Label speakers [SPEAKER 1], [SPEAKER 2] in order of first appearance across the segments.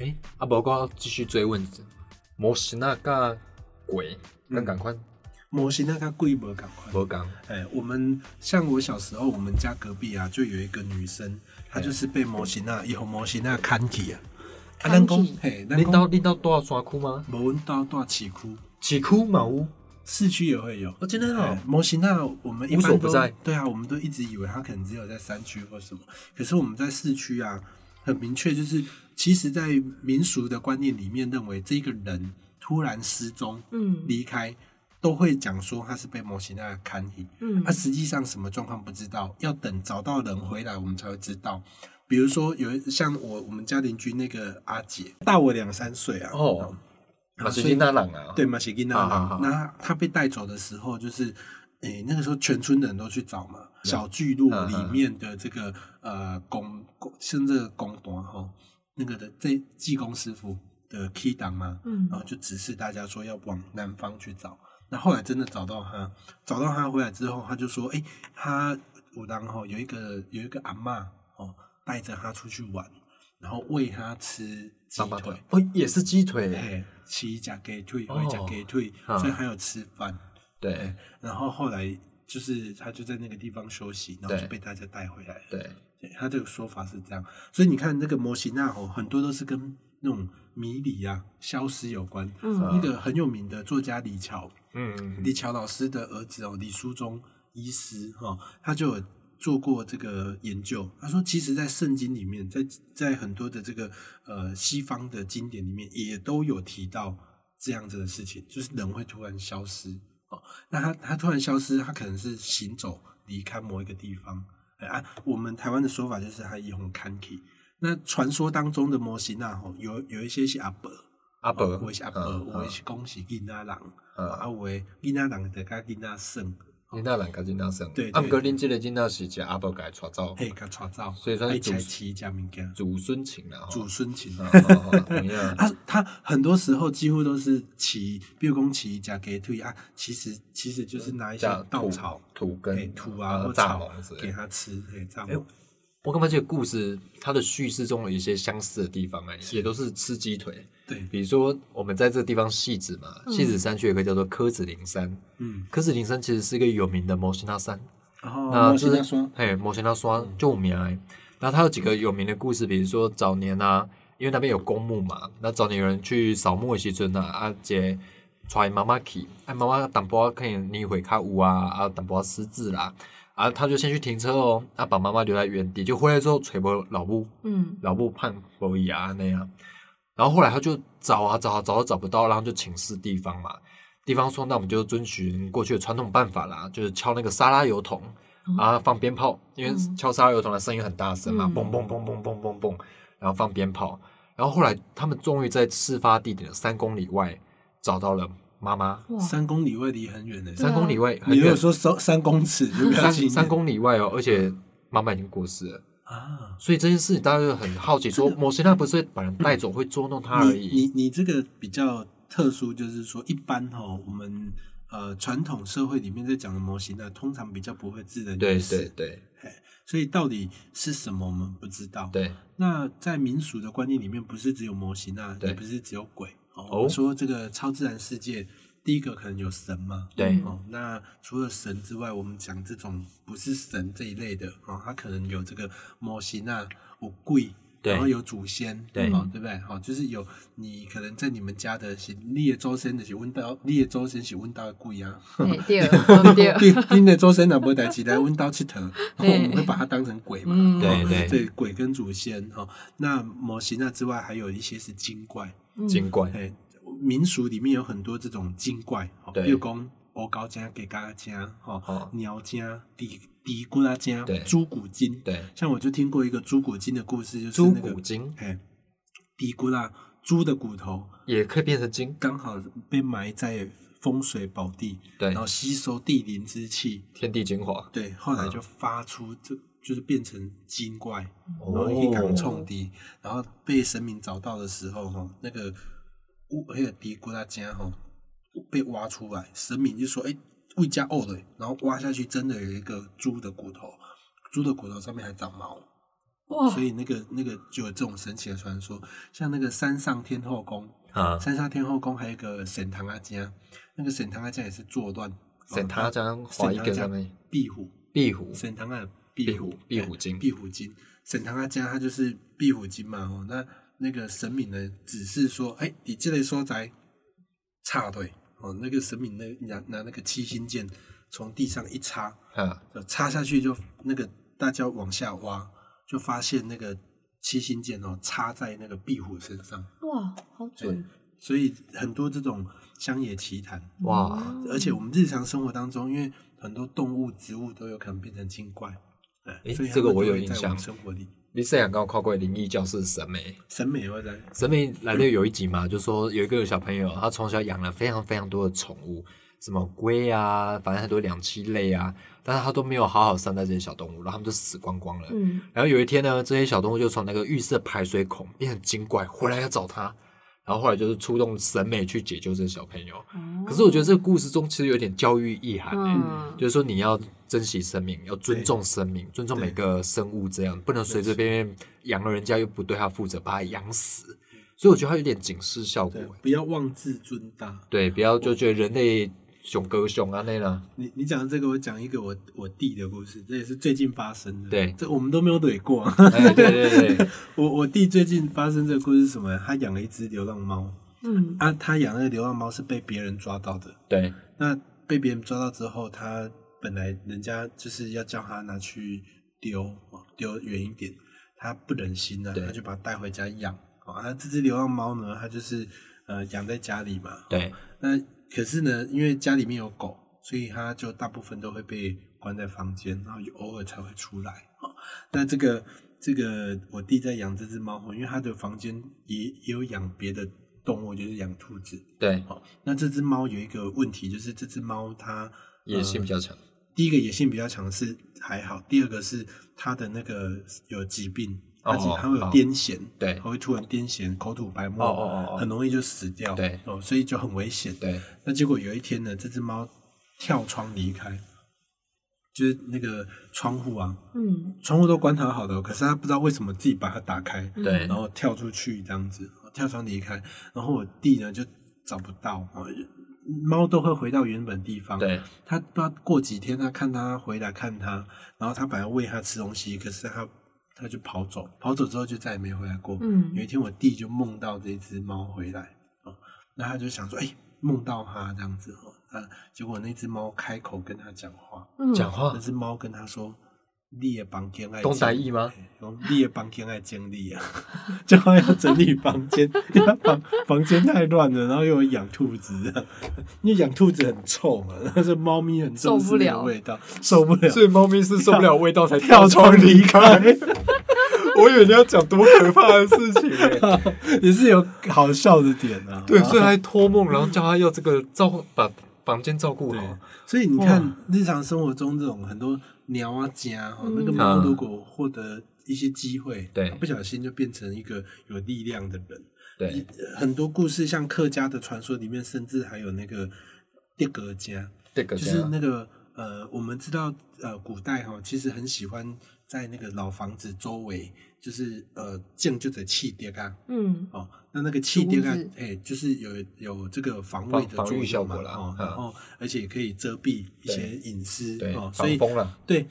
[SPEAKER 1] 哎、阿伯哥继续追问子，摩西那个鬼，那赶快
[SPEAKER 2] 嗯模型那个贵不赶快。
[SPEAKER 1] 我讲，
[SPEAKER 2] 哎，我们像我小时候，我们家隔壁啊，就有一个女生，她就是被模型啊，以后模型啊砍起啊，啊，咱讲
[SPEAKER 3] 牵去，
[SPEAKER 2] 嘿，咱
[SPEAKER 1] 你到
[SPEAKER 2] 讲，
[SPEAKER 1] 你到多少山区吗？
[SPEAKER 2] 无阮到大市区，
[SPEAKER 1] 几窟茅屋？
[SPEAKER 2] 市区也会有。
[SPEAKER 1] 哦，真的
[SPEAKER 2] 哎模型那我们一
[SPEAKER 1] 无所
[SPEAKER 2] 般都
[SPEAKER 1] 不在
[SPEAKER 2] 对啊，我们都一直以为它可能只有在山区或什么，可是我们在市区啊，很明确就是，其实，在民俗的观念里面，认为这个人突然失踪
[SPEAKER 3] 嗯
[SPEAKER 2] 离开，都会讲说他是被模型那砍死，
[SPEAKER 3] 嗯
[SPEAKER 2] 他、啊实际上什么状况不知道，要等找到人回来，我们才会知道。比如说有一像我我们家邻居那个阿姐，大我两三岁啊，
[SPEAKER 1] 哦，
[SPEAKER 2] 啊
[SPEAKER 1] 马
[SPEAKER 2] 所
[SPEAKER 1] 斯
[SPEAKER 2] 以
[SPEAKER 1] 金那朗啊，
[SPEAKER 2] 对，马西吉娜
[SPEAKER 1] 啊啊
[SPEAKER 2] 嘛
[SPEAKER 1] 啊，
[SPEAKER 2] 那他被带走的时候，就是，诶、那个时候全村的人都去找嘛，
[SPEAKER 1] 嗯
[SPEAKER 2] 小聚落里面的这个呃公公，甚至公团哈，那个的这技工师傅的 key 档嘛，
[SPEAKER 3] 嗯
[SPEAKER 2] 然后就指示大家说要往南方去找。那后来真的找到他，找到他回来之后，他就说，诶、他我然后有一个有一个阿嬷哦，带着他出去玩，然后喂他吃鸡
[SPEAKER 1] 三八
[SPEAKER 2] 腿
[SPEAKER 1] 腿。，哦，也是鸡腿，
[SPEAKER 2] 哎，吃甲给退，
[SPEAKER 1] 哦
[SPEAKER 2] 回甲给退，
[SPEAKER 1] 啊
[SPEAKER 2] 所以还有吃饭。
[SPEAKER 1] 对
[SPEAKER 2] 哎，然后后来就是他就在那个地方休息，然后
[SPEAKER 1] 对
[SPEAKER 2] 就被大家带回来了。
[SPEAKER 1] 对，
[SPEAKER 2] 对，他这个说法是这样，所以你看那个摩西纳吼，很多都是跟那种迷离啊、消失有关。
[SPEAKER 3] 嗯
[SPEAKER 2] 那个很有名的作家李乔，
[SPEAKER 1] 嗯嗯
[SPEAKER 2] 李乔老师的儿子哦，李书忠医师哈、哦，他就有做过这个研究。他说，其实，在圣经里面，在在很多的这个呃西方的经典里面，也都有提到这样子的事情，就是人会突然消失哦。那他他突然消失，他可能是行走离开某一个地方。哎啊，我们台湾的说法就是他一红看 k 那传说当中的摩西那吼，有有一些是阿伯，哦
[SPEAKER 1] 阿伯，
[SPEAKER 2] 我是阿
[SPEAKER 1] 嗯
[SPEAKER 2] 伯，我
[SPEAKER 1] 嗯
[SPEAKER 2] 是恭喜囡仔人。
[SPEAKER 1] 嗯
[SPEAKER 2] 啊，有诶，囡仔人就甲囡仔算，
[SPEAKER 1] 你那人跟金那生，
[SPEAKER 2] 对
[SPEAKER 1] 啊，不过
[SPEAKER 2] 对
[SPEAKER 1] 恁这个金那是食阿伯家带走，
[SPEAKER 2] 嘿，甲创造，
[SPEAKER 1] 所以算
[SPEAKER 2] 啊
[SPEAKER 1] 是
[SPEAKER 2] 一起来
[SPEAKER 1] 祖
[SPEAKER 2] 吃食物件，
[SPEAKER 1] 祖孙情啦，
[SPEAKER 2] 祖孙情。
[SPEAKER 1] 啊， 好好同样，
[SPEAKER 2] 啊，他很多时候几乎都是骑，比如讲骑加给腿啊，其实其实就是拿一些
[SPEAKER 1] 加土
[SPEAKER 2] 稻草、
[SPEAKER 1] 土
[SPEAKER 2] 嘿
[SPEAKER 1] 跟
[SPEAKER 2] 土啊或
[SPEAKER 1] 蚱
[SPEAKER 2] 草
[SPEAKER 1] 蜢之类
[SPEAKER 2] 给
[SPEAKER 1] 的。
[SPEAKER 2] 他吃，嘿，蚱
[SPEAKER 1] 哎
[SPEAKER 2] 蜢。
[SPEAKER 1] 我感觉这个故事它的叙事中有一些相似的地方、哎，也都是吃鸡腿。
[SPEAKER 2] 对，
[SPEAKER 1] 比如说，我们在这个地方戏子嘛，戏子山区有一个叫做柯子林山，
[SPEAKER 2] 嗯，
[SPEAKER 1] 柯子林山其实是一个有名的摩西那山，
[SPEAKER 2] 然后
[SPEAKER 1] 那
[SPEAKER 2] 摩
[SPEAKER 1] 就
[SPEAKER 2] 西
[SPEAKER 1] 是
[SPEAKER 2] 他说，
[SPEAKER 1] 嘿，摩西那山就有名哎。然后它有几个有名的故事，比如说早年啊，因为那边有公墓嘛，那早年有人去扫墓的时阵啊，啊，姐带妈妈去，啊，妈妈淡薄仔可以你回卡屋啊，啊，淡薄仔失智啦，啊，他就先去停车哦，啊，把妈妈留在原地，就回来之后捶波老母，
[SPEAKER 3] 嗯
[SPEAKER 1] 老布判伯牙啊那样。然后后来他就找啊找啊找都找不到，然后就请示地方嘛。地方说，那我们就遵循过去的传统办法啦，就是敲那个沙拉油桶，
[SPEAKER 3] 嗯
[SPEAKER 1] 啊放鞭炮，因为
[SPEAKER 3] 嗯
[SPEAKER 1] 敲沙拉油桶的声音很大声嘛，
[SPEAKER 3] 嗯
[SPEAKER 1] 嘣嘣嘣嘣嘣嘣嘣，然后放鞭炮。然后后来他们终于在事发地点的三公里外找到了妈妈，
[SPEAKER 3] 哇
[SPEAKER 2] 三公里外离很远的，
[SPEAKER 3] 对啊
[SPEAKER 1] 三公里外很
[SPEAKER 2] 你如
[SPEAKER 1] 远
[SPEAKER 2] 果，说三三公尺就比较
[SPEAKER 1] 三
[SPEAKER 2] 近一点，
[SPEAKER 1] 三公里外哦，而且妈妈已经过世了。
[SPEAKER 2] 啊。
[SPEAKER 1] 所以这件事情大家就很好奇，说摩西那不是把人带走，会捉弄他而
[SPEAKER 2] 你
[SPEAKER 1] 已。
[SPEAKER 2] 你你这个比较特殊，就是说一般哦，我们呃传统社会里面在讲的模型呢，通常比较不会自人
[SPEAKER 1] 对
[SPEAKER 2] 于世
[SPEAKER 1] 对对
[SPEAKER 2] 所以到底是什么我们不知道。，
[SPEAKER 1] 对，
[SPEAKER 2] 那在民俗的观念里面，不是只有模型啊，
[SPEAKER 1] 对
[SPEAKER 2] 也不是只有鬼哦。
[SPEAKER 1] 哦
[SPEAKER 2] 我们说这个超自然世界，第一个可能有神嘛。
[SPEAKER 1] 对
[SPEAKER 3] 嗯
[SPEAKER 2] 哦，那除了神之外，我们讲这种不是神这一类的哦，它可能有这个模型啊，有贵，
[SPEAKER 1] 对
[SPEAKER 2] 然后有祖先，
[SPEAKER 1] 对
[SPEAKER 2] 哦，对不对？好、哦，就是有你可能在你们家的是你的周身的是问到，你的周身是问到贵啊，
[SPEAKER 3] 嘿对，嗯对，
[SPEAKER 2] 你 你的周身哪不会带起来问到佚 佗，
[SPEAKER 3] 对
[SPEAKER 2] 我们会把它当成鬼嘛，
[SPEAKER 3] 嗯
[SPEAKER 2] 哦
[SPEAKER 1] 对对
[SPEAKER 2] 对，鬼跟祖先哈、哦，那模型那之外还有一些是精怪，
[SPEAKER 3] 嗯
[SPEAKER 1] 精怪，
[SPEAKER 2] 哎，民俗里面有很多这种精怪，哦
[SPEAKER 1] 对
[SPEAKER 2] 比如讲乌高精、给嘎精、
[SPEAKER 1] 哦
[SPEAKER 2] 哦鸟精、底底骨拉精
[SPEAKER 1] 对、
[SPEAKER 2] 猪骨精。
[SPEAKER 1] 对，
[SPEAKER 2] 像我就听过一个猪骨精的故事，就是
[SPEAKER 1] 猪
[SPEAKER 2] 那个
[SPEAKER 1] 骨精
[SPEAKER 2] 哎，底骨拉猪的骨头
[SPEAKER 1] 也可以变成精，
[SPEAKER 2] 刚好被埋在风水宝地，
[SPEAKER 1] 对
[SPEAKER 2] 然后吸收地灵之气，
[SPEAKER 1] 天地精华。
[SPEAKER 2] 对，后来
[SPEAKER 1] 嗯
[SPEAKER 2] 就发出这。就是变成精怪，然
[SPEAKER 1] 哦
[SPEAKER 2] 后一港冲敌，然后被神明找到的时候，哈，那个乌那个敌姑他家哈被挖出来，神明就说：“哎、魏家哦的。”然后挖下去，真的有一个猪的骨头，猪的骨头上面还长毛，
[SPEAKER 1] 哇
[SPEAKER 2] 所以那个那个就有这种神奇的传说，像那个山上天后宫，
[SPEAKER 1] 啊，
[SPEAKER 2] 山上天后宫还有一个沈唐阿家，那个沈唐阿家也是作乱，哦
[SPEAKER 1] 沈他
[SPEAKER 2] 家
[SPEAKER 1] 将划一个上面
[SPEAKER 2] 壁虎，
[SPEAKER 1] 壁虎，
[SPEAKER 2] 沈唐阿
[SPEAKER 1] 壁
[SPEAKER 2] 壁
[SPEAKER 1] 虎
[SPEAKER 2] 虎
[SPEAKER 1] 壁
[SPEAKER 2] 哎
[SPEAKER 1] 虎精
[SPEAKER 2] 壁虎精，沈唐阿家他就是壁虎精嘛哦，那那个神明呢只是说，哎、你这类所在插队哦，那个神明呢拿拿那个七星剑从地上一插，
[SPEAKER 1] 啊，
[SPEAKER 2] 就插下去就那个大家往下挖，就发现那个七星剑哦插在那个壁虎身上，
[SPEAKER 3] 哇，好准！
[SPEAKER 2] 所以很多这种乡野奇谈。
[SPEAKER 1] 哇
[SPEAKER 3] 嗯
[SPEAKER 2] 而且我们日常生活当中，因为很多动物、植物都有可能变成精怪，
[SPEAKER 1] 诶
[SPEAKER 2] 对，所以
[SPEAKER 1] 这个
[SPEAKER 2] 他们
[SPEAKER 1] 我
[SPEAKER 2] 都
[SPEAKER 1] 有
[SPEAKER 2] 会
[SPEAKER 1] 印
[SPEAKER 2] 在我
[SPEAKER 1] 象
[SPEAKER 2] 们生活里，
[SPEAKER 1] 你是想跟我跨过灵异教室审美？
[SPEAKER 2] 审美会在
[SPEAKER 1] 神秘来的有一集嘛，就说有一个小朋友，他从小养了非常非常多的宠物，什么龟啊，反正很多两栖类啊，但是他都没有好好善待这些小动物，然后他们就死光光了。
[SPEAKER 3] 嗯，
[SPEAKER 1] 然后有一天呢，这些小动物就从那个浴室的排水孔变成精怪，回来要找他。然后后来就是出动审美去解救这个小朋友。
[SPEAKER 3] 哦
[SPEAKER 1] 可是我觉得这个故事中其实有点教育意涵、欸，
[SPEAKER 3] 嗯，
[SPEAKER 1] 就是说你要珍惜生命，要尊重生命，尊重每个生物，这样不能随随便便养了人家又不对他负责，把他养死。所以我觉得它有点警示效果
[SPEAKER 2] 对
[SPEAKER 1] 欸，，
[SPEAKER 2] 不要妄自尊大。
[SPEAKER 1] 对，不要就觉得人类熊哥熊啊那 样。
[SPEAKER 2] 你你讲的这个，我讲一个我我弟的故事，这也是最近发生的。
[SPEAKER 1] 对
[SPEAKER 2] 这我们都没有怼过。
[SPEAKER 1] 哎，对对对，
[SPEAKER 2] 我我弟最近发生这个故事是什么？他养了一只流浪猫
[SPEAKER 3] 嗯，
[SPEAKER 2] 啊，他养那个流浪猫是被别人抓到的。
[SPEAKER 1] 对，
[SPEAKER 2] 那被别人抓到之后，他本来人家就是要叫他拿去丢，哦丢远一点，他不忍心啊，
[SPEAKER 1] 对
[SPEAKER 2] 他就把它带回家养。哦，那这只流浪猫呢，它就是呃养在家里嘛。
[SPEAKER 1] 对，
[SPEAKER 2] 那可是呢，因为家里面有狗，所以它就大部分都会被关在房间，然后偶尔才会出来啊、哦那这个这个我弟在养这只猫，因为他的房间也也有养别的动物，就是养兔子。
[SPEAKER 1] 对，
[SPEAKER 2] 好，那这只猫有一个问题，就是这只猫它
[SPEAKER 1] 野性比
[SPEAKER 2] 较、
[SPEAKER 1] 较强。
[SPEAKER 2] 第一个野性比较强是还好，第二个是它的那个有疾病，而且
[SPEAKER 1] 哦
[SPEAKER 2] 它会有
[SPEAKER 1] 哦
[SPEAKER 2] 癫痫，
[SPEAKER 1] 对
[SPEAKER 2] 它会突然癫痫，口吐白沫，
[SPEAKER 1] 哦哦哦
[SPEAKER 2] 很
[SPEAKER 1] 哦，
[SPEAKER 2] 容易就死掉，
[SPEAKER 1] 对
[SPEAKER 2] 哦，所以就很危险。
[SPEAKER 1] 对，
[SPEAKER 2] 那结果有一天呢，这只猫跳窗离开，就是那个窗户啊，
[SPEAKER 3] 嗯，
[SPEAKER 2] 窗户都关好好的，哦可是它不知道为什么自己把它打开，
[SPEAKER 3] 嗯
[SPEAKER 1] 对
[SPEAKER 2] 然后跳出去这样子，跳窗离开，然后我弟呢就找不到，哦猫都会回到原本地方。，
[SPEAKER 1] 对，
[SPEAKER 2] 他不知道过几天，他看他回来看他，然后他本来喂他吃东西，可是他他就跑走，跑走之后就再也没回来过。
[SPEAKER 3] 嗯
[SPEAKER 2] 有一天我弟就梦到这只猫回来啊、哦那他就想说，哎、梦到它这样子哦，那结果那只猫开口跟他讲话，
[SPEAKER 3] 嗯
[SPEAKER 1] 讲话
[SPEAKER 2] 那只猫跟他说。你的房间爱
[SPEAKER 1] 东台语吗？
[SPEAKER 2] 用你的房间爱整理啊， 叫他要整理房间， 因为他房房间太乱了，然后又有养兔子这样，因为养兔子很臭嘛，但是猫咪很重视那个味道，受不了，
[SPEAKER 1] 所以猫咪是受不了味道才
[SPEAKER 2] 跳窗离开，
[SPEAKER 1] 我以为你要讲多可怕的事 情、欸，
[SPEAKER 2] 也是有好笑的点啊。
[SPEAKER 1] 对，所以还托梦，然后叫他要这个照把房间照顾
[SPEAKER 2] 对
[SPEAKER 1] 好。，
[SPEAKER 2] 所以你看日常生活中这种很多鸟啊、家哦，那个
[SPEAKER 3] 嗯
[SPEAKER 2] 猫
[SPEAKER 1] 嗯
[SPEAKER 2] 如果获得一些机会，
[SPEAKER 1] 对
[SPEAKER 2] 它不小心就变成一个有力量的人。
[SPEAKER 1] 对，
[SPEAKER 2] 很多故事，像客家的传说里面，甚至还有那个地格家，
[SPEAKER 1] 这个
[SPEAKER 2] 就
[SPEAKER 1] 这
[SPEAKER 2] 是
[SPEAKER 1] 样
[SPEAKER 2] 那个呃，我们知道呃，古代哈、其实很喜欢在那个老房子周围，就是呃，建就得气爹啊，
[SPEAKER 3] 嗯，
[SPEAKER 2] 哦，那那个气垫啊
[SPEAKER 3] 竹子，
[SPEAKER 2] 哎、就是有有这个防卫的
[SPEAKER 1] 防防
[SPEAKER 2] 作
[SPEAKER 1] 御效
[SPEAKER 2] 用嘛，
[SPEAKER 1] 果啦
[SPEAKER 2] 哦，
[SPEAKER 1] 嗯
[SPEAKER 2] 然后而且也可以遮蔽一些
[SPEAKER 1] 对
[SPEAKER 2] 隐私，
[SPEAKER 1] 对
[SPEAKER 2] 哦，，所
[SPEAKER 1] 防
[SPEAKER 2] 以
[SPEAKER 1] 风了，
[SPEAKER 2] 对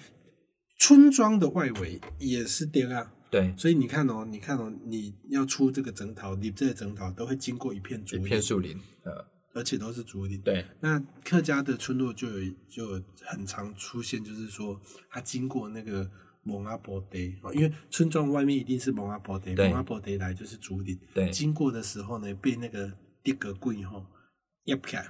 [SPEAKER 2] 村庄的外围也是垫啊，
[SPEAKER 1] 对，
[SPEAKER 2] 所以你看哦，你看哦，你要出这个整套，你这个整套都会经过一片竹
[SPEAKER 1] 一
[SPEAKER 2] 林，
[SPEAKER 1] 片树林，呃，
[SPEAKER 2] 而且都是竹林。
[SPEAKER 1] 对，
[SPEAKER 2] 那客家的村落就有就有很常出现，就是说他经过那个蒙阿波德，哦因为村庄外面一定是蒙阿波德，
[SPEAKER 1] 对
[SPEAKER 2] 蒙阿波德来就是竹林。
[SPEAKER 1] 对
[SPEAKER 2] 经过的时候呢，被那个地格棍吼压起来，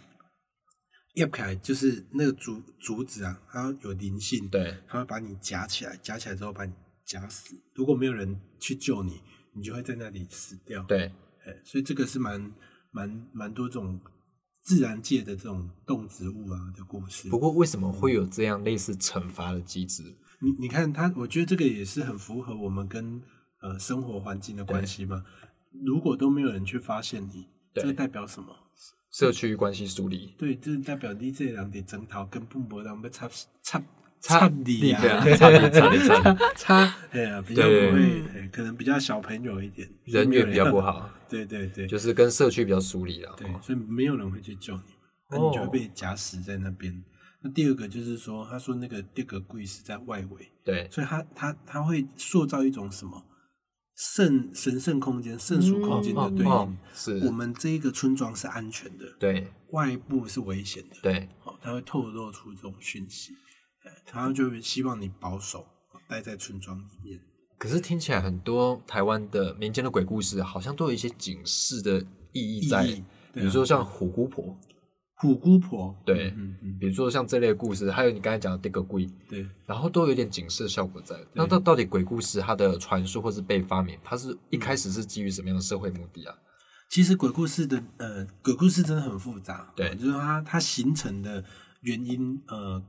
[SPEAKER 2] 压起来就是那个竹竹子啊，它有灵性，
[SPEAKER 1] 对，
[SPEAKER 2] 它会把你夹起来，夹起来之后把你夹死。如果没有人去救你，你就会在那里死掉。
[SPEAKER 1] 对，
[SPEAKER 2] 哎，所以这个是蛮蛮蛮多这种自然界的这种动植物啊的故事。
[SPEAKER 1] 不过为什么会有这样类似惩罚的机制？
[SPEAKER 2] 你你看它，我觉得这个也是很符合我们跟呃生活环境的关系嘛。如果都没有人去发现你，
[SPEAKER 1] 对
[SPEAKER 2] 这代表什么？
[SPEAKER 1] 社区关系梳理，
[SPEAKER 2] 对，这代表你这两点征讨跟不博人被插插差
[SPEAKER 1] 力
[SPEAKER 2] 点
[SPEAKER 1] 量
[SPEAKER 2] 啊，，
[SPEAKER 1] 差点差点差 点，
[SPEAKER 2] 差对啊，比较不会
[SPEAKER 3] 对，
[SPEAKER 2] 哎可能比较小朋友一点，
[SPEAKER 1] 人缘比较不 好，
[SPEAKER 2] 对对对
[SPEAKER 1] 就是哦跟社区比较疏离了。
[SPEAKER 2] 对，所以没有人会去救你，那你就
[SPEAKER 1] 哦
[SPEAKER 2] 会被夹死在那边。那第二个就是说，他说那个第二个故意是在外围，
[SPEAKER 1] 对，
[SPEAKER 2] 所以他他他会塑造一种什么圣神圣空间、圣俗空间的
[SPEAKER 1] 哦
[SPEAKER 2] 对
[SPEAKER 1] 哦
[SPEAKER 2] 应。
[SPEAKER 1] 是，
[SPEAKER 2] 我们这一个村庄是安全的，
[SPEAKER 1] 对
[SPEAKER 2] 外部是危险的，
[SPEAKER 1] 对
[SPEAKER 2] 哦，他会透露出这种讯息，呃他就会希望你保守，待在村庄里面。
[SPEAKER 1] 可是听起来很多台湾的民间的鬼故事，好像都有一些警示的意义在，
[SPEAKER 2] 意义
[SPEAKER 1] 比
[SPEAKER 2] 对啊啊
[SPEAKER 1] 如说像虎姑婆，
[SPEAKER 2] 虎姑婆，
[SPEAKER 1] 对
[SPEAKER 2] 嗯嗯
[SPEAKER 1] 比如说像这类的故事，还有你刚才讲的这个鬼，
[SPEAKER 2] 嗯，对，
[SPEAKER 1] 然后都有点警示的效果在。那到到底鬼故事它的传说或是被发明，它是一开始是基于什么样的社会目的啊？
[SPEAKER 2] 其实鬼故事的呃，鬼故事真的很复杂，哦
[SPEAKER 1] 对
[SPEAKER 2] 就是它它形成的原因，呃，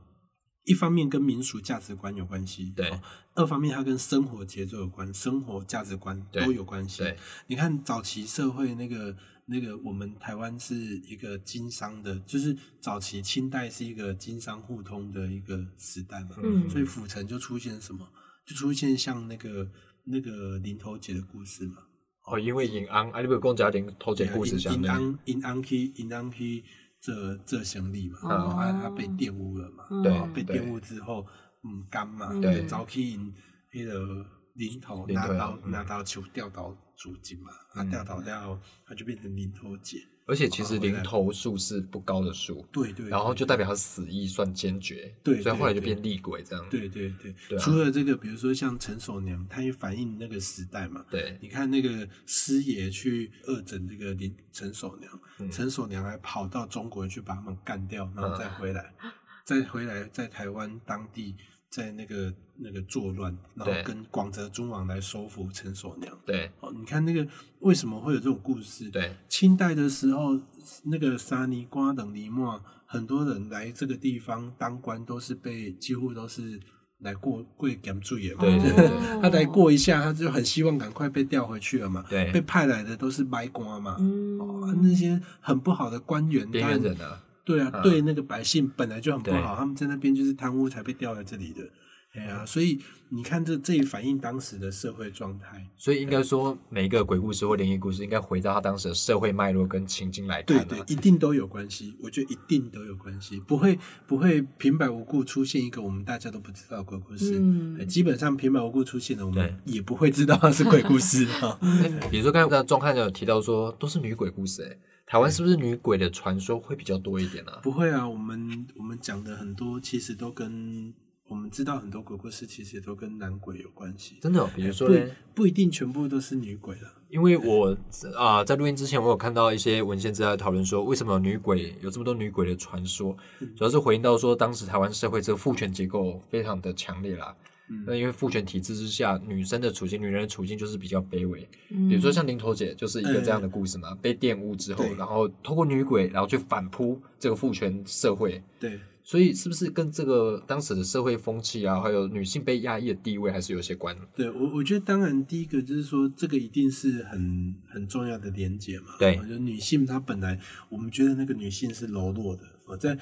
[SPEAKER 2] 一方面跟民俗价值观有关系，
[SPEAKER 1] 对
[SPEAKER 2] 哦二方面它跟生活节奏有关，生活价值观
[SPEAKER 1] 对
[SPEAKER 2] 都有关系。
[SPEAKER 1] 对，
[SPEAKER 2] 你看早期社会那个那个，我们台湾是一个经商的，就是早期清代是一个经商互通的一个时代嘛，
[SPEAKER 3] 嗯
[SPEAKER 2] 所以府城就出现什么，就出现像那个那个林头姐的故事嘛。
[SPEAKER 1] 哦，因为银安，啊，你不跟我讲点偷捡故事相
[SPEAKER 2] 因因
[SPEAKER 1] 对，
[SPEAKER 2] 安因安去因安去这这行李嘛，
[SPEAKER 3] 哦嗯
[SPEAKER 2] 然后他他被玷污了嘛，
[SPEAKER 1] 对
[SPEAKER 2] 然后被
[SPEAKER 1] 对
[SPEAKER 2] 玷污之后，嗯，干嘛，
[SPEAKER 3] 对
[SPEAKER 2] 就早起因迄个领头
[SPEAKER 1] 领
[SPEAKER 2] 拿
[SPEAKER 1] 头
[SPEAKER 2] 到
[SPEAKER 1] 嗯
[SPEAKER 2] 拿到球吊到主金嘛，啊
[SPEAKER 1] 嗯
[SPEAKER 2] 吊倒掉，他就变成领头姐，
[SPEAKER 1] 而且其实
[SPEAKER 2] 哦回来
[SPEAKER 1] 零头数是不高的数，
[SPEAKER 2] 对对，
[SPEAKER 1] 然后
[SPEAKER 2] 对
[SPEAKER 1] 就代表他死意算坚决，
[SPEAKER 2] 对
[SPEAKER 1] 所以后来就
[SPEAKER 2] 对对
[SPEAKER 1] 变厉鬼这样。
[SPEAKER 2] 对对对，
[SPEAKER 1] 对啊
[SPEAKER 2] 除了这个，比如说像陈守娘，她也反映那个时代嘛，
[SPEAKER 1] 对
[SPEAKER 2] 你看那个师爷去恶整这个林陈守
[SPEAKER 1] 嗯嗯
[SPEAKER 2] 娘，陈、守娘还跑到中国去把他们干掉，然后再回来，再回来在台湾当地在那个那个作乱，然后
[SPEAKER 1] 对
[SPEAKER 2] 跟广泽尊王来收服陈守娘。
[SPEAKER 1] 对
[SPEAKER 2] 哦，你看那个为什么会有这种故事？，
[SPEAKER 1] 对
[SPEAKER 2] 清代的时候，那个沙尼瓜等尼莫，很多人来这个地方当官都是被几乎都是来过跪点罪的嘛，
[SPEAKER 1] 对对 对
[SPEAKER 3] 哦
[SPEAKER 2] 他来，过一下，他就很希望赶快被调回去了嘛。
[SPEAKER 1] 对
[SPEAKER 2] 被派来的都是白瓜嘛，
[SPEAKER 3] 嗯
[SPEAKER 1] 啊
[SPEAKER 2] 哦，那些很不好的官员，
[SPEAKER 1] 边缘人
[SPEAKER 2] 当然
[SPEAKER 1] 啊，
[SPEAKER 2] 对啊，
[SPEAKER 1] 嗯
[SPEAKER 2] 对那个百姓本来就很不
[SPEAKER 1] 对
[SPEAKER 2] 好，他们在那边就是贪污才被调来这里的。哎呀、所以你看这这也反映当时的社会状态。
[SPEAKER 1] 所以应该说每一个鬼故事或灵异故事，应该回到他当时的社会脉络跟情境来看、
[SPEAKER 2] 对
[SPEAKER 1] 啊。
[SPEAKER 2] 哎对，一定都有关系，我觉得一定都有关系，不会不会平白无故出现一个我们大家都不知道的鬼故事，
[SPEAKER 3] 嗯
[SPEAKER 2] 哎基本上平白无故出现的，我们也不会知道它是鬼故事啊。
[SPEAKER 1] 哎比如说刚才庄汉有提到说都是女鬼故事、哎，台湾是不是女鬼的传说会比较多一点啊？
[SPEAKER 2] 不会啊，我们我们讲的很多其实都跟我们知道很多鬼故事，其实都跟男鬼有关系。
[SPEAKER 1] 真的哦、比如说
[SPEAKER 2] 不
[SPEAKER 1] 嘞，
[SPEAKER 2] 不一定全部都是女鬼了。
[SPEAKER 1] 因为我啊、在录音之前，我有看到一些文献资料讨论说，为什么有女鬼有这么多女鬼的传说，主要是回应到说，当时台湾社会这个父权结构非常的强烈啦。那、
[SPEAKER 2] 嗯，
[SPEAKER 1] 因为父权体制之下，女生的处境、女人的处境就是比较卑微。
[SPEAKER 3] 嗯
[SPEAKER 1] 比如说像林头姐就是一个这样的故事嘛，被玷污之后，
[SPEAKER 2] 对
[SPEAKER 1] 然后透过女鬼，然后去反扑这个父权社会。
[SPEAKER 2] 对，
[SPEAKER 1] 所以是不是跟这个当时的社会风气啊，还有女性被压抑的地位还是有些关？
[SPEAKER 2] 对我我觉得当然第一个就是说，这个一定是很很重要的连结嘛。
[SPEAKER 1] 对
[SPEAKER 2] 我觉得女性她本来我们觉得那个女性是柔弱的，我在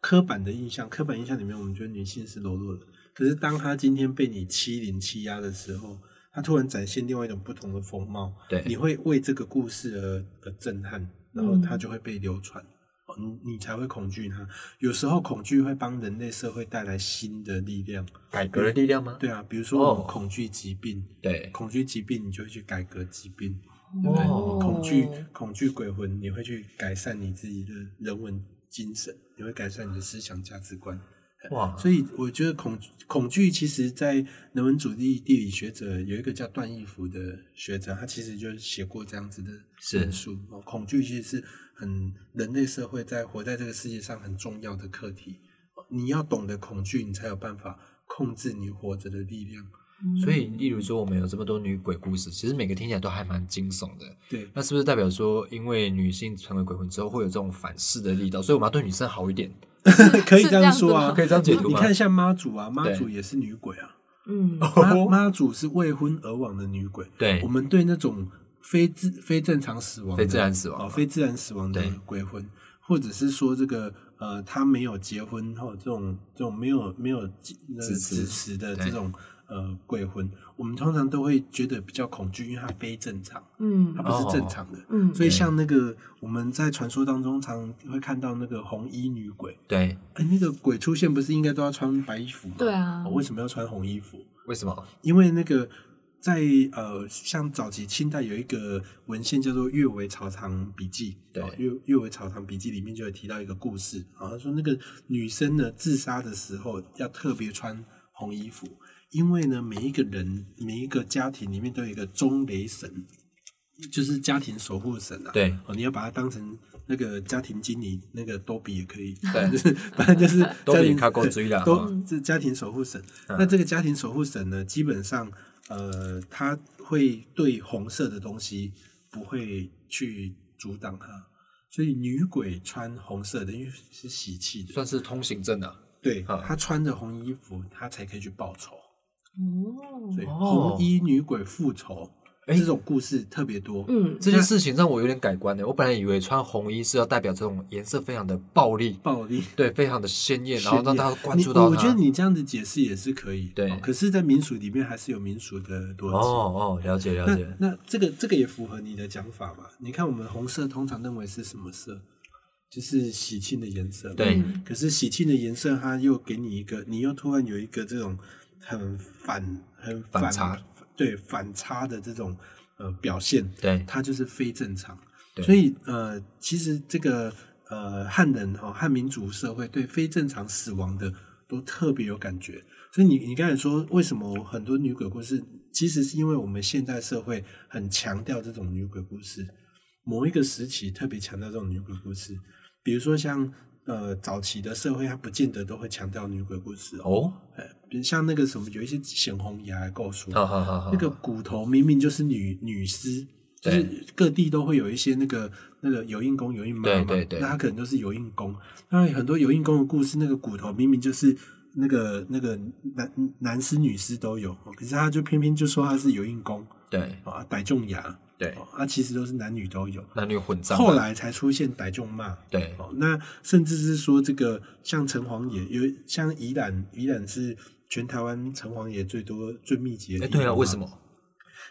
[SPEAKER 2] 刻板的印象、刻板印象里面，我们觉得女性是柔弱的。可是当她今天被你欺凌、欺压的时候，她突然展现另外一种不同的风貌，
[SPEAKER 1] 对
[SPEAKER 2] 你会为这个故事而而震撼，然后
[SPEAKER 3] 嗯
[SPEAKER 2] 它就会被流传。哦你你才会恐惧它，有时候恐惧会帮人类社会带来新的力量。
[SPEAKER 1] 改革的力量吗？
[SPEAKER 2] 对啊，比如说我
[SPEAKER 1] 哦
[SPEAKER 2] 们恐惧疾病，
[SPEAKER 1] 对
[SPEAKER 2] 恐惧疾病，你就会去改革疾病，对不对？
[SPEAKER 1] 哦
[SPEAKER 2] 恐惧恐惧鬼魂，你会去改善你自己的人文精神，你会改善你的思想价值观。
[SPEAKER 1] 哇，
[SPEAKER 2] 所以我觉得恐恐惧，其实在人文主义地理学者有一个叫段义孚的学者，他其实就写过这样子的
[SPEAKER 1] 是
[SPEAKER 2] 论述。哦恐惧其实是很人类社会在活在这个世界上很重要的课题。哦你要懂得恐惧，你才有办法控制你活着的力量。
[SPEAKER 1] 所以，例如说，我们有这么多女鬼故事，其实每个听起来都还蛮惊悚的。
[SPEAKER 2] 对，
[SPEAKER 1] 那是不是代表说，因为女性成为鬼魂之后，会有这种反噬的力道，所以我们要对女生好一点？
[SPEAKER 2] 可以
[SPEAKER 3] 嗯是
[SPEAKER 2] 这样说
[SPEAKER 3] 这样子吗
[SPEAKER 2] 啊，
[SPEAKER 1] 可以这样解读
[SPEAKER 2] 你
[SPEAKER 1] 吗？
[SPEAKER 2] 看像妈祖啊，妈
[SPEAKER 1] 对
[SPEAKER 2] 祖也是女鬼 啊。
[SPEAKER 3] 嗯
[SPEAKER 1] 哦
[SPEAKER 2] 妈妈祖是未婚而亡的女鬼。
[SPEAKER 1] 对
[SPEAKER 2] 我们对那种非哦自非正常死亡的、
[SPEAKER 1] 非自然死亡
[SPEAKER 2] 哦，非自然死亡的
[SPEAKER 1] 啊对
[SPEAKER 2] 鬼魂，或者是说这个呃，他没有结婚后这种这种没有没有子
[SPEAKER 1] 支持
[SPEAKER 2] 子嗣的这
[SPEAKER 1] 对
[SPEAKER 2] 种呃鬼魂，我们通常都会觉得比较恐惧，因为它非正常，它
[SPEAKER 3] 嗯
[SPEAKER 2] 不是正常的。
[SPEAKER 3] 嗯，
[SPEAKER 2] 所以
[SPEAKER 1] 哦对
[SPEAKER 2] 像那个我们在传说当中常会看到那个红衣女鬼，
[SPEAKER 1] 对，
[SPEAKER 2] 哎、那个鬼出现不是应该都要穿白衣服吗？
[SPEAKER 3] 对啊
[SPEAKER 2] 哦为什么要穿红衣服？
[SPEAKER 1] 为什么？
[SPEAKER 2] 因为那个在呃，像早期清代有一个文献叫做《阅微草堂笔记》，
[SPEAKER 1] 对
[SPEAKER 2] 哦阅阅微草堂笔记》里面就有提到一个故事，好像说那个女生呢自杀的时候要特别穿红衣服，因为呢每一个人每一个家庭里面都有一个中雷神，就是家庭守护神啊，
[SPEAKER 1] 对
[SPEAKER 2] 哦，你要把它当成那个家庭经理，那个多比也可以，
[SPEAKER 1] 对
[SPEAKER 2] 就是反正就是
[SPEAKER 1] 多
[SPEAKER 2] 家
[SPEAKER 1] 比
[SPEAKER 2] 庭
[SPEAKER 1] 较够水啦
[SPEAKER 2] 都
[SPEAKER 1] 嗯
[SPEAKER 2] 是家庭守护神。
[SPEAKER 1] 嗯
[SPEAKER 2] 那这个家庭守护神呢，基本上呃，他会对红色的东西不会去阻挡它，所以女鬼穿红色的，因为是喜气的，
[SPEAKER 1] 算是通行证啊。
[SPEAKER 2] 对，
[SPEAKER 1] 嗯
[SPEAKER 2] 她穿着红衣服，她才可以去报仇。
[SPEAKER 3] 哦
[SPEAKER 2] 所以，
[SPEAKER 1] 哦
[SPEAKER 2] 红衣女鬼复仇
[SPEAKER 1] 哎
[SPEAKER 2] 这种故事特别多。
[SPEAKER 3] 嗯，
[SPEAKER 1] 这件事情让我有点改观的。我本来以为穿红衣是要代表这种颜色非常的暴力，
[SPEAKER 2] 暴力
[SPEAKER 1] 对，非常的鲜艳，然
[SPEAKER 2] 是
[SPEAKER 1] 后让
[SPEAKER 2] 你
[SPEAKER 1] 大家关
[SPEAKER 2] 你
[SPEAKER 1] 注到
[SPEAKER 2] 我
[SPEAKER 1] 它
[SPEAKER 2] 觉得你这样子解释也是可以，
[SPEAKER 1] 对
[SPEAKER 2] 哦可是，在民俗里面还是有民俗的逻辑。
[SPEAKER 1] 哦哦，了解了
[SPEAKER 2] 那
[SPEAKER 1] 解。
[SPEAKER 2] 那这个这个也符合你的讲法嘛？你看，我们红色通常认为是什么色？就是喜庆的颜色。
[SPEAKER 1] 对
[SPEAKER 3] 嗯
[SPEAKER 2] 可是喜庆的颜色，它又给你一个，你又突然有一个这种很反、很
[SPEAKER 1] 反差，
[SPEAKER 2] 对反差的这种呃表现，
[SPEAKER 1] 对
[SPEAKER 2] 它就是非正常。
[SPEAKER 1] 对
[SPEAKER 2] 所以呃，其实这个呃汉人哈、汉民族社会对非正常死亡的都特别有感觉。所以你你刚才说为什么很多女鬼故事，其实是因为我们现代社会很强调这种女鬼故事，某一个时期特别强调这种女鬼故事，比如说像。呃，早期的社会它不见得都会强调女鬼故事哦，
[SPEAKER 1] 哦，
[SPEAKER 2] 呃比如像那个什么有一些显红牙的构书，
[SPEAKER 1] 好好好好，
[SPEAKER 2] 那个骨头明明就是女女尸，就是
[SPEAKER 1] 对
[SPEAKER 2] 各地都会有一些那个那个有印公有印妈
[SPEAKER 1] 对
[SPEAKER 2] 嘛，
[SPEAKER 1] 对对
[SPEAKER 2] 那他可能就是有印公。那很多有印公的故事，那个骨头明明就是那个那个男男尸女尸都有，哦可是他就偏偏就说他是有印公
[SPEAKER 1] 对
[SPEAKER 2] 啊，逮种牙，
[SPEAKER 1] 对，
[SPEAKER 2] 他、啊、其实都是男女都有。
[SPEAKER 1] 男女混账。
[SPEAKER 2] 后来才出现逮种骂，
[SPEAKER 1] 对
[SPEAKER 2] 哦，那甚至是说这个像城隍爷，有像宜兰，宜兰是全台湾城隍爷最多最密集的
[SPEAKER 1] 哎，
[SPEAKER 2] 地方嘛。
[SPEAKER 1] 对啊，为什么？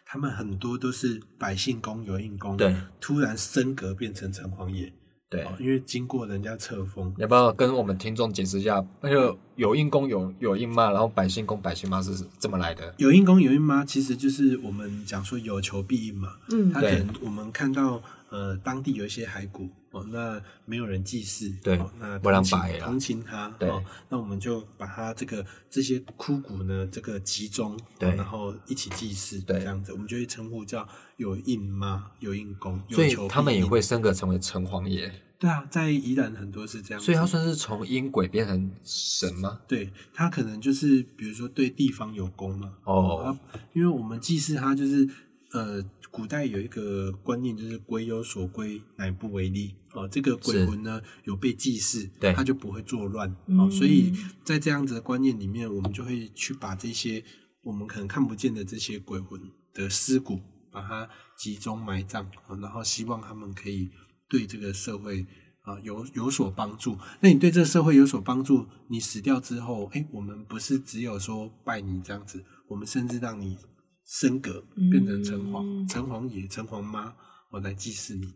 [SPEAKER 2] 他们很多都是百姓公、有印公，
[SPEAKER 1] 对，
[SPEAKER 2] 突然升格变成城隍爷，
[SPEAKER 1] 对，
[SPEAKER 2] 哦因为经过人家册封
[SPEAKER 1] 你，要不要跟我们听众解释一下，那个有印公有有印妈，然后百姓公百姓妈是怎么来的？
[SPEAKER 2] 有印公、有印妈，其实就是我们讲说有求必应嘛。
[SPEAKER 3] 嗯
[SPEAKER 2] 他可
[SPEAKER 1] 对
[SPEAKER 2] 能我们看到呃当地有一些骸骨哦，那没有人祭祀，
[SPEAKER 1] 对
[SPEAKER 2] 哦、那
[SPEAKER 1] 不然
[SPEAKER 2] 同情
[SPEAKER 1] 白了
[SPEAKER 2] 同情他，
[SPEAKER 1] 对
[SPEAKER 2] 哦，那我们就把他这个这些枯骨呢这个集中，哦
[SPEAKER 1] 对
[SPEAKER 2] 然后一起祭祀，
[SPEAKER 1] 对
[SPEAKER 2] 这样子，我们就会称呼叫有印妈、有印公，有
[SPEAKER 1] 所以
[SPEAKER 2] 求
[SPEAKER 1] 他们
[SPEAKER 2] 必
[SPEAKER 1] 也
[SPEAKER 2] 应
[SPEAKER 1] 会升格成为城隍爷，
[SPEAKER 2] 对啊，在宜兰很多是这样子，
[SPEAKER 1] 所以他算是从阴鬼变成神吗？
[SPEAKER 2] 对他可能就是比如说对地方有功嘛。
[SPEAKER 1] 哦
[SPEAKER 2] 啊，因为我们祭祀他就是呃，古代有一个观念就是“鬼有所归，乃不为力”哦，这个鬼
[SPEAKER 1] 是
[SPEAKER 2] 魂呢有被祭祀，
[SPEAKER 1] 对
[SPEAKER 2] 他就不会作乱哦，
[SPEAKER 3] 嗯
[SPEAKER 2] 所以在这样子的观念里面，我们就会去把这些我们可能看不见的这些鬼魂的尸骨，把它集中埋葬，哦然后希望他们可以对这个社会。啊，有有所帮助。那你对这个社会有所帮助，你死掉之后，哎，我们不是只有说拜你这样子，我们甚至让你升格变成城隍、
[SPEAKER 3] 嗯
[SPEAKER 2] 城隍爷、城隍妈，我来祭祀你，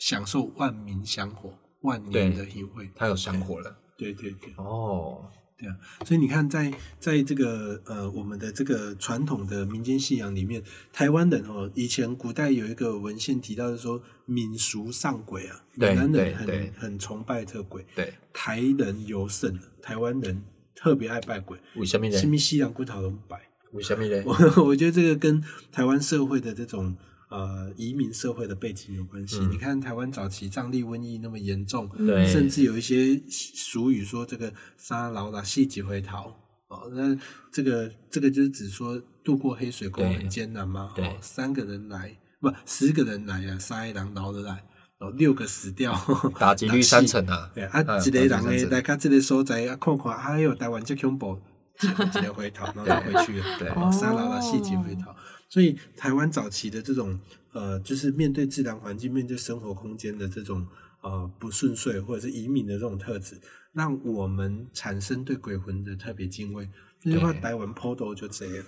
[SPEAKER 2] 享受万民香火、万年
[SPEAKER 1] 对
[SPEAKER 2] 的淫秽。
[SPEAKER 1] 他有香火了。
[SPEAKER 2] 对对对
[SPEAKER 1] 哦，
[SPEAKER 2] 对啊！所以你看在，在这个呃我们的这个传统的民间信仰里面，台湾人哦，以前古代有一个文献提到的说民俗上鬼啊，
[SPEAKER 1] 对
[SPEAKER 2] 闽南人
[SPEAKER 1] 对
[SPEAKER 2] 很
[SPEAKER 1] 对
[SPEAKER 2] 很崇拜这个鬼，
[SPEAKER 1] 对，
[SPEAKER 2] 台人尤甚，台湾人特别爱拜鬼，
[SPEAKER 1] 为什么呢
[SPEAKER 2] 什？么西洋骨头都不拜。
[SPEAKER 1] 为什么呢？
[SPEAKER 2] 我我觉得这个跟台湾社会的这种呃移民社会的背景有关系。
[SPEAKER 1] 嗯
[SPEAKER 2] 你看台湾早期瘴疠瘟疫那么严重，
[SPEAKER 1] 对
[SPEAKER 2] 甚至有一些俗语说这个“杀老啦，戏几回逃”哦，那这个这个就是指说渡过黑水沟
[SPEAKER 1] 对
[SPEAKER 2] 很艰难嘛。
[SPEAKER 1] 对
[SPEAKER 2] 哦，三个人来不十个人来呀、啊，杀一狼饶得来，哦，六个死掉，
[SPEAKER 1] 打 击率三成啊！
[SPEAKER 2] 对
[SPEAKER 1] 嗯
[SPEAKER 2] 啊，一个人
[SPEAKER 1] 打击率
[SPEAKER 2] 诶，
[SPEAKER 1] 三成
[SPEAKER 2] 来到这个所在啊，看看，哎呦，台湾这恐怖，一个一个 回头，然后再回去了，
[SPEAKER 1] 对
[SPEAKER 2] 哦沙拉拉细节回头。所以台湾早期的这种呃，就是面对自然环境、面对生活空间的这种呃不顺遂或者是移民的这种特质，让我们产生对鬼魂的特别敬畏。这句话
[SPEAKER 1] 对
[SPEAKER 2] 台湾 Podo 就这样，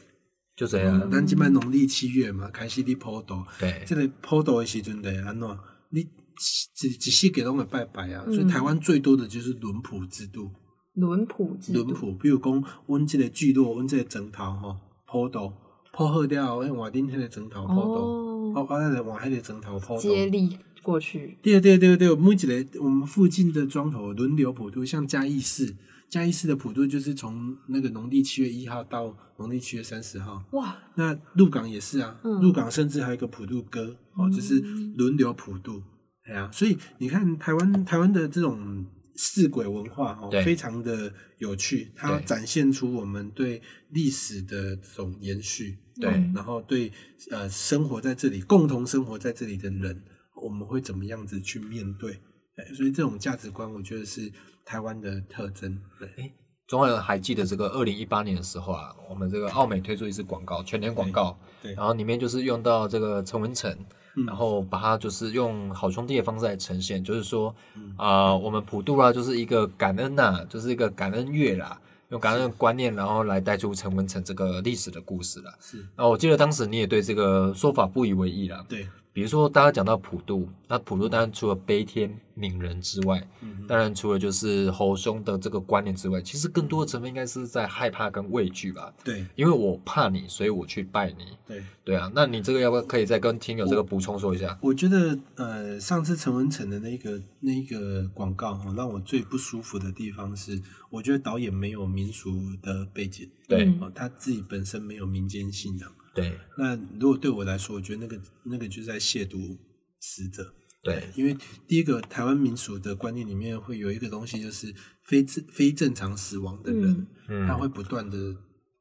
[SPEAKER 1] 就这样。啊
[SPEAKER 2] 咱即摆农历七月嘛，开始咧 Podo，
[SPEAKER 1] 对，
[SPEAKER 2] 这个普渡的时阵就是安怎？你一一世界拢会拜拜啊，
[SPEAKER 3] 嗯
[SPEAKER 2] 所以台湾最多的就是轮普制度。
[SPEAKER 3] 轮普制
[SPEAKER 2] 轮
[SPEAKER 3] 度，
[SPEAKER 2] 普，比如讲，阮即个聚落，阮即个枕头吼，普渡铺好了后，咱换恁迄个枕头普渡，
[SPEAKER 3] 哦，
[SPEAKER 2] 哦，啊，咱就换迄个枕头普渡。
[SPEAKER 3] 接力过去，
[SPEAKER 2] 对对对对，每一个我们附近的庄头轮流普渡，像嘉义市，嘉义市的普渡就是从那个农历七月一号到农历七月三十号。
[SPEAKER 3] 哇，
[SPEAKER 2] 那鹿港也是啊，
[SPEAKER 3] 嗯
[SPEAKER 2] 鹿港甚至还有一个普渡歌哦，就是轮流普渡，哎呀、所以你看台湾台湾的这种四鬼文化哦
[SPEAKER 1] 对，
[SPEAKER 2] 非常的有趣，它
[SPEAKER 1] 对
[SPEAKER 2] 展现出我们对历史的这种延续，
[SPEAKER 1] 对
[SPEAKER 3] 嗯
[SPEAKER 2] 然后对呃生活在这里、共同生活在这里的人，我们会怎么样子去面对？哎，所以这种价值观，我觉得是台湾的特征。对
[SPEAKER 1] 中文还记得这个二零一八年的时候啊，我们这个奥美推出一支广告，全年广告，
[SPEAKER 2] 对
[SPEAKER 1] 然后里面就是用到这个陈文成，
[SPEAKER 2] 嗯
[SPEAKER 1] 然后把它就是用好兄弟的方式来呈现，就是说
[SPEAKER 2] 嗯，
[SPEAKER 1] 啊、我们普渡啊，就是一个感恩呐、就是一个感恩月啦，用感恩的观念，然后来带出陈文成这个历史的故事啦。
[SPEAKER 2] 是，
[SPEAKER 1] 那我记得当时你也对这个说法不以为意啦。
[SPEAKER 2] 对，
[SPEAKER 1] 比如说，大家讲到普渡，那普渡当然除了悲天悯人之外，
[SPEAKER 2] 嗯
[SPEAKER 1] 当然除了就是猴兄的这个观念之外，其实更多的成分应该是在害怕跟畏惧吧。
[SPEAKER 2] 对
[SPEAKER 1] 因为我怕你，所以我去拜你。
[SPEAKER 2] 对。
[SPEAKER 1] 对啊，那你这个要不要可以再跟听友这个补充说一下？
[SPEAKER 2] 我觉得呃，上次陈文成的那个那个广告哈、让我最不舒服的地方是，我觉得导演没有民俗的背景，
[SPEAKER 1] 对
[SPEAKER 3] 嗯
[SPEAKER 2] 哦，他自己本身没有民间信仰。
[SPEAKER 1] 对
[SPEAKER 2] 那如果对我来说，我觉得那个那个就是在亵渎死者。
[SPEAKER 1] 对
[SPEAKER 2] 因为第一个台湾民俗的观念里面会有一个东西，就是非正非正常死亡的人，
[SPEAKER 1] 嗯
[SPEAKER 2] 他会不断的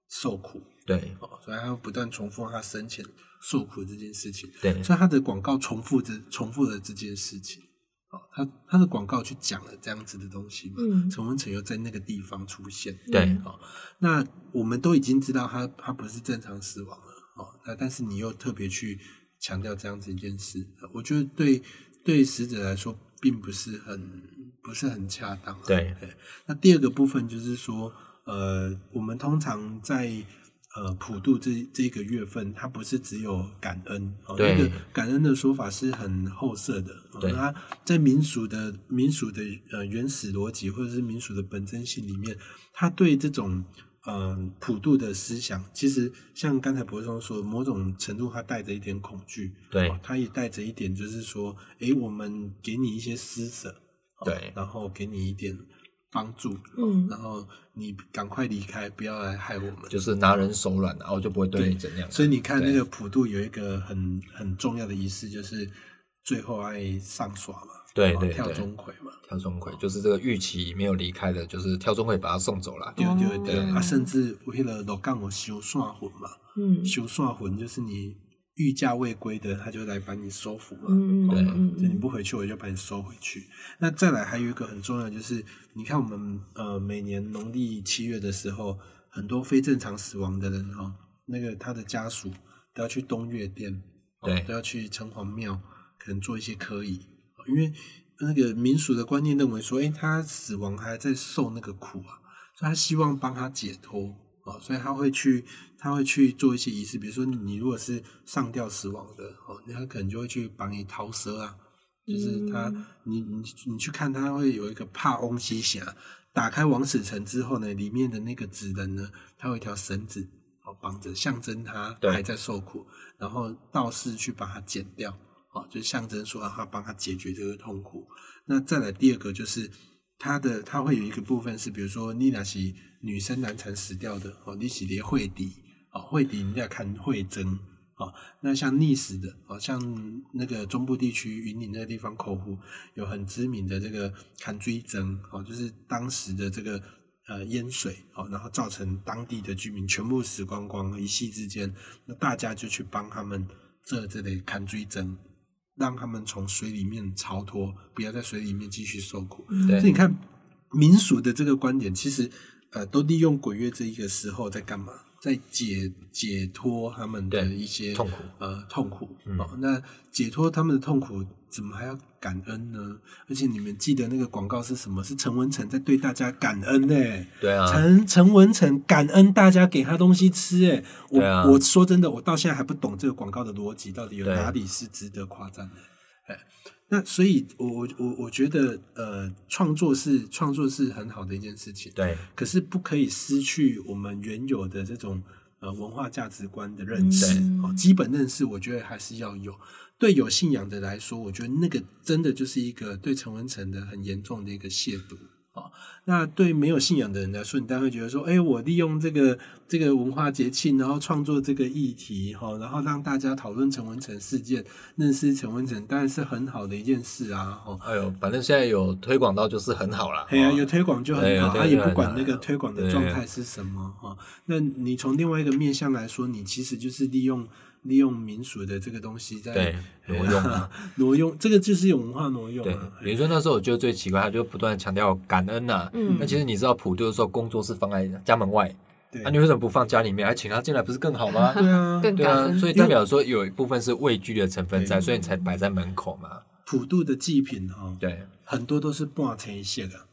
[SPEAKER 2] 受苦，
[SPEAKER 1] 对
[SPEAKER 2] 哦，所以他会不断重复他生前受苦这件事情。
[SPEAKER 1] 对
[SPEAKER 2] 所以他的广告重复着重复了这件事情。哦，他他的广告去讲了这样子的东西嘛，
[SPEAKER 3] 嗯
[SPEAKER 2] 陈文成又在那个地方出现，
[SPEAKER 1] 对
[SPEAKER 2] 哦，那我们都已经知道他他不是正常死亡了，哦，那但是你又特别去强调这样子一件事，呃我觉得对对死者来说并不是很不是很恰当、啊，
[SPEAKER 1] 对
[SPEAKER 2] 那第二个部分就是说，呃，我们通常在呃普渡这这个月份，它不是只有感恩，哦、
[SPEAKER 1] 对
[SPEAKER 2] 那个感恩的说法是很后设的。哦
[SPEAKER 1] 对
[SPEAKER 2] 那它在民俗的民俗的呃原始逻辑或者是民俗的本真性里面，他对这种。嗯，普渡的思想，其实像刚才博松说，某种程度它带着一点恐惧，
[SPEAKER 1] 对
[SPEAKER 2] 哦它也带着一点就是说，诶，我们给你一些施舍，哦
[SPEAKER 1] 对
[SPEAKER 2] 然后给你一点帮助，哦
[SPEAKER 3] 嗯
[SPEAKER 2] 然后你赶快离开，不要来害我们。
[SPEAKER 1] 就是拿人手软，然后就不会对你怎样。
[SPEAKER 2] 所以你看，
[SPEAKER 1] 对
[SPEAKER 2] 那个普渡有一个很很重要的仪式，就是最后爱上耍嘛，
[SPEAKER 1] 对
[SPEAKER 2] 哦
[SPEAKER 1] 对
[SPEAKER 2] 跳
[SPEAKER 1] 对
[SPEAKER 2] 钟馗嘛，
[SPEAKER 1] 跳钟馗就是这个玉琪没有离开的，就是跳钟馗把他送走了。
[SPEAKER 2] 对对
[SPEAKER 3] 哦
[SPEAKER 2] 对，啊，甚至为了老干我修算魂嘛，
[SPEAKER 3] 嗯
[SPEAKER 2] 修算魂就是你御驾未归的，他就来把你收服嘛，
[SPEAKER 3] 嗯嗯
[SPEAKER 1] 对
[SPEAKER 3] 嗯
[SPEAKER 2] 就你不回去，我就把你收回去。那再来还有一个很重要的就是，你看我们呃每年农历七月的时候，很多非正常死亡的人哦，那个他的家属都要去东岳殿，哦
[SPEAKER 1] 对
[SPEAKER 2] 都要去城隍庙，可能做一些科仪，哦因为那个民俗的观念认为说，诶，他死亡还在受那个苦啊，所以他希望帮他解脱。哦，所以他会去，他会去做一些仪式，比如说你如果是上吊死亡的，哦，那他可能就会去帮你逃蛇啊，就是他，
[SPEAKER 3] 嗯
[SPEAKER 2] 你你你去看，他会有一个帕翁西峡，打开王死城之后呢，里面的那个纸人呢，他有一条绳子哦绑着，象征他
[SPEAKER 1] 对
[SPEAKER 2] 还在受苦，然后道士去把它剪掉，哦，就象征说他帮他解决这个痛苦。那再来第二个就是他的，他会有一个部分是，比如说你那是女生难产死掉的哦，你是连会底哦，会底你要看会征哦，那像溺死的哦，像那个中部地区云林那个地方口湖有很知名的这个砍锥征哦，就是当时的这个。呃，淹水哦，然后造成当地的居民全部死光光，一夕之间，那大家就去帮他们这这类砍锥针，让他们从水里面逃脱，不要在水里面继续受苦。
[SPEAKER 3] 嗯
[SPEAKER 1] 对
[SPEAKER 2] 所以你看，民俗的这个观点，其实呃，都利用鬼月这一个时候在干嘛？在解解脱他们的
[SPEAKER 1] 对
[SPEAKER 2] 一些
[SPEAKER 1] 痛苦
[SPEAKER 2] 呃痛苦、
[SPEAKER 1] 嗯
[SPEAKER 2] 哦。那解脱他们的痛苦，怎么还要感恩呢？而且你们记得那个广告是什么？是陈文成在对大家感恩呢、
[SPEAKER 1] 对啊，
[SPEAKER 2] 陈陈文成感恩大家给他东西吃、欸，我、
[SPEAKER 1] 对啊
[SPEAKER 2] 我说真的，我到现在还不懂这个广告的逻辑到底有
[SPEAKER 1] 对
[SPEAKER 2] 哪里是值得夸赞的。哎，那所以我，我我我觉得，呃，创作是创作是很好的一件事情，
[SPEAKER 1] 对
[SPEAKER 2] 可是不可以失去我们原有的这种呃文化价值观的认识、
[SPEAKER 3] 嗯
[SPEAKER 2] 哦，基本认识，我觉得还是要有。对有信仰的来说，我觉得那个真的就是一个对陈文成的很严重的一个亵渎。哦，那对没有信仰的人来说，你当然会觉得说，哎，我利用这个这个文化节庆，然后创作这个议题，哈、然后让大家讨论陈文成事件，认识陈文成，当然是很好的一件事啊，哦，
[SPEAKER 1] 哎呦，反正现在有推广到就是很好啦。
[SPEAKER 2] 哎呀，
[SPEAKER 1] 哦
[SPEAKER 2] 有推广就
[SPEAKER 1] 对
[SPEAKER 2] 很
[SPEAKER 1] 有
[SPEAKER 2] 好，他
[SPEAKER 1] 推
[SPEAKER 2] 也
[SPEAKER 1] 广
[SPEAKER 2] 不管
[SPEAKER 1] 就
[SPEAKER 2] 那个
[SPEAKER 1] 很好
[SPEAKER 2] 推广的
[SPEAKER 1] 对
[SPEAKER 2] 状态是什么哈、哦那你从另外一个面向来说，你其实就是利用利用民俗的这个东西在
[SPEAKER 1] 对
[SPEAKER 2] 哎
[SPEAKER 1] 挪用啊嘛
[SPEAKER 2] 挪用，这个就是有文化挪用
[SPEAKER 1] 对
[SPEAKER 2] 啊。，
[SPEAKER 1] 比如说那时候我觉得最奇怪，他就不断地强调感恩呐、
[SPEAKER 3] 嗯
[SPEAKER 1] 那其实你知道普渡的时候，工作是放在家门外，
[SPEAKER 2] 对
[SPEAKER 1] 那、啊你为什么不放家里面？还请他进来，不是更好吗？
[SPEAKER 2] 对啊，
[SPEAKER 3] 更
[SPEAKER 1] 对
[SPEAKER 3] 感
[SPEAKER 1] 啊，
[SPEAKER 3] 恩。
[SPEAKER 1] 所以代表说有一部分是畏惧的成分在，
[SPEAKER 2] 对
[SPEAKER 1] 所以你才摆在门口嘛。
[SPEAKER 2] 普渡的祭品哈、哦，
[SPEAKER 1] 对
[SPEAKER 2] 很多都是半成蟹的，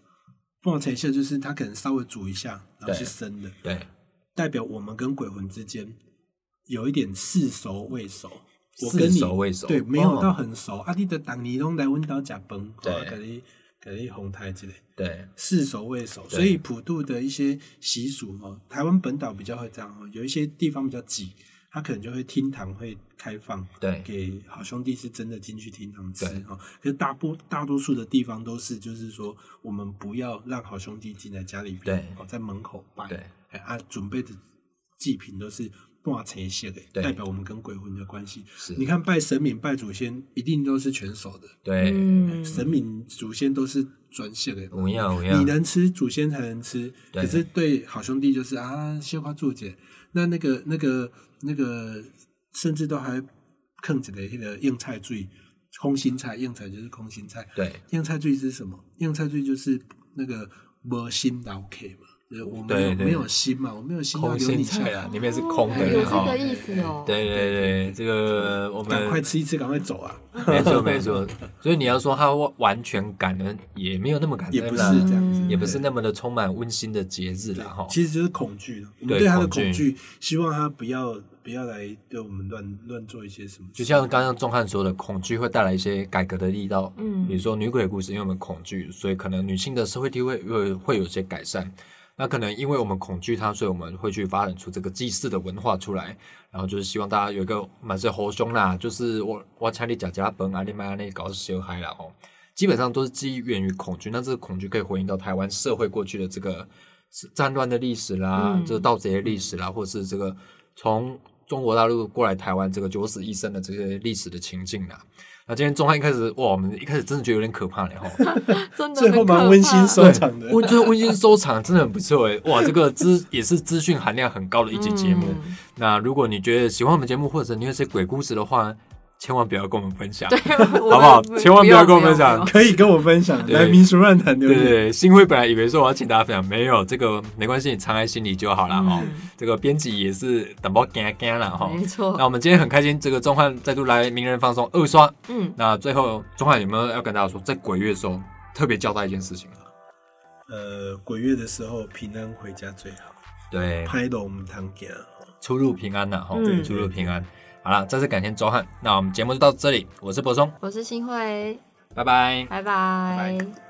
[SPEAKER 2] 半成蟹就是它可能稍微煮一下，然后
[SPEAKER 1] 对
[SPEAKER 2] 去生的，
[SPEAKER 1] 对
[SPEAKER 2] 代表我们跟鬼魂之间有一点似熟未熟。我
[SPEAKER 1] 似
[SPEAKER 2] 跟你
[SPEAKER 1] 熟未熟
[SPEAKER 2] 对，没有
[SPEAKER 1] 哦
[SPEAKER 2] 到很熟。啊，你的当你拢来阮兜食饭，
[SPEAKER 1] 对
[SPEAKER 2] 哦，给你给你红台之类，
[SPEAKER 1] 对
[SPEAKER 2] 似熟未熟。
[SPEAKER 1] 对
[SPEAKER 2] 所以普渡的一些习俗哦，台湾本岛比较会这样哦，有一些地方比较挤，他可能就会厅堂会开放，
[SPEAKER 1] 对
[SPEAKER 2] 给好兄弟是真的进去厅堂吃
[SPEAKER 1] 对
[SPEAKER 2] 哦。可是大部大多数的地方都是，就是说我们不要让好兄弟进来家里
[SPEAKER 1] 对
[SPEAKER 2] 边，哦，在门口拜。
[SPEAKER 1] 对
[SPEAKER 2] 哎啊，准备的祭品都是挂成线的，
[SPEAKER 1] 对
[SPEAKER 2] 代表我们跟鬼魂的关系。
[SPEAKER 1] 是，
[SPEAKER 2] 你看拜神明、拜祖先，一定都是全熟的，
[SPEAKER 1] 对，
[SPEAKER 3] 嗯，
[SPEAKER 2] 神明、祖先都是专线的。
[SPEAKER 1] 我一样我一
[SPEAKER 2] 你
[SPEAKER 1] 样，
[SPEAKER 2] 能吃祖先才能吃，
[SPEAKER 1] 嗯对
[SPEAKER 2] 可是对好兄弟就是啊，谢花注解。那那个、那个、那个，甚至都还坑起来那个硬菜罪，空心菜，硬菜就是空心菜。
[SPEAKER 1] 对
[SPEAKER 2] 硬菜罪是什么？硬菜罪就是那个没心老 K 嘛，就是我没有
[SPEAKER 1] 对对
[SPEAKER 2] 没有心嘛，我没有心要
[SPEAKER 1] 空
[SPEAKER 2] 留
[SPEAKER 1] 心
[SPEAKER 2] 你下
[SPEAKER 1] 菜啊
[SPEAKER 2] 来，，
[SPEAKER 1] 里面是空
[SPEAKER 3] 哦
[SPEAKER 1] 的
[SPEAKER 3] 有
[SPEAKER 1] 啦哈
[SPEAKER 3] 这。个意思哦。
[SPEAKER 1] 对对对，这个我
[SPEAKER 2] 赶
[SPEAKER 1] 们
[SPEAKER 2] 快吃一吃，赶快走啊！
[SPEAKER 1] 没错没 错，所以你要说他完全感恩，也没有那么感
[SPEAKER 2] 也不
[SPEAKER 1] 恩
[SPEAKER 2] 是
[SPEAKER 1] 啦，
[SPEAKER 2] 这样子，
[SPEAKER 3] 嗯
[SPEAKER 1] 也不是那么的充满温馨的节日
[SPEAKER 2] 对
[SPEAKER 1] 啦哈。
[SPEAKER 2] 其实就是恐惧了。我们
[SPEAKER 1] 对
[SPEAKER 2] 对他的
[SPEAKER 1] 恐
[SPEAKER 2] 恐
[SPEAKER 1] 惧
[SPEAKER 2] 惧，希望他不要不要来对我们乱乱做一些什么事。
[SPEAKER 1] 就像刚刚钟汉说的，恐惧会带来一些改革的力道。
[SPEAKER 3] 嗯
[SPEAKER 1] 比如说女鬼故事，因为我们恐惧，所以可能女性的社会地位会会有些改善。那可能因为我们恐惧它，所以我们会去发展出这个祭祀的文化出来。然后就是希望大家有一个满是猴胸啦，就是我我请你假假本啊，你妈那搞小孩啦哦。基本上都是基于源于恐惧，那这个恐惧可以回应到台湾社会过去的这个战乱的历史啦，
[SPEAKER 3] 嗯
[SPEAKER 1] 这个盗贼的历史啦，或是这个从中国大陆过来台湾这个九死一生的这些历史的情境啦。那今天中汉一开始哇，我们一开始真的觉得有点可怕嘞哈，
[SPEAKER 3] 真的
[SPEAKER 2] 最后
[SPEAKER 3] 很
[SPEAKER 2] 蛮
[SPEAKER 3] 可
[SPEAKER 2] 温馨
[SPEAKER 3] 怕
[SPEAKER 2] 收场的
[SPEAKER 1] 对温就是温馨收场，真的很不错诶。哇，这个资也是资讯含量很高的一集节目。
[SPEAKER 3] 嗯
[SPEAKER 1] 那如果你觉得喜欢我们节目，或者你有一些鬼故事的话，千万不要跟我们分享，
[SPEAKER 3] 对， 好
[SPEAKER 1] 好不好？千万不要跟我们讲，
[SPEAKER 2] 可以跟我分享，
[SPEAKER 1] 对
[SPEAKER 2] 来民俗论坛留
[SPEAKER 1] 对对
[SPEAKER 2] 言。
[SPEAKER 1] 对，幸会本来以为说我要请大家分享，没有这个没关系，你藏在心里就好了哈、
[SPEAKER 3] 嗯
[SPEAKER 1] 这个编辑也是等包干干了哈。
[SPEAKER 3] 没错
[SPEAKER 1] 哦那我们今天很开心，这个钟汉再度来名人放送二刷。
[SPEAKER 3] 嗯，
[SPEAKER 1] 那最后钟汉有没有要跟大家说，在鬼月的时候特别交代一件事情？啊
[SPEAKER 2] 呃，鬼月的时候平安回家最好，
[SPEAKER 1] 对，
[SPEAKER 2] 拍龙堂家。
[SPEAKER 1] 出入平安呐哈、
[SPEAKER 3] 嗯
[SPEAKER 1] 出入平安。好了，再次感谢周汉，那我们节目就到这里，我是柏松，
[SPEAKER 3] 我是新慧，
[SPEAKER 1] 拜拜。
[SPEAKER 3] 拜拜
[SPEAKER 2] 拜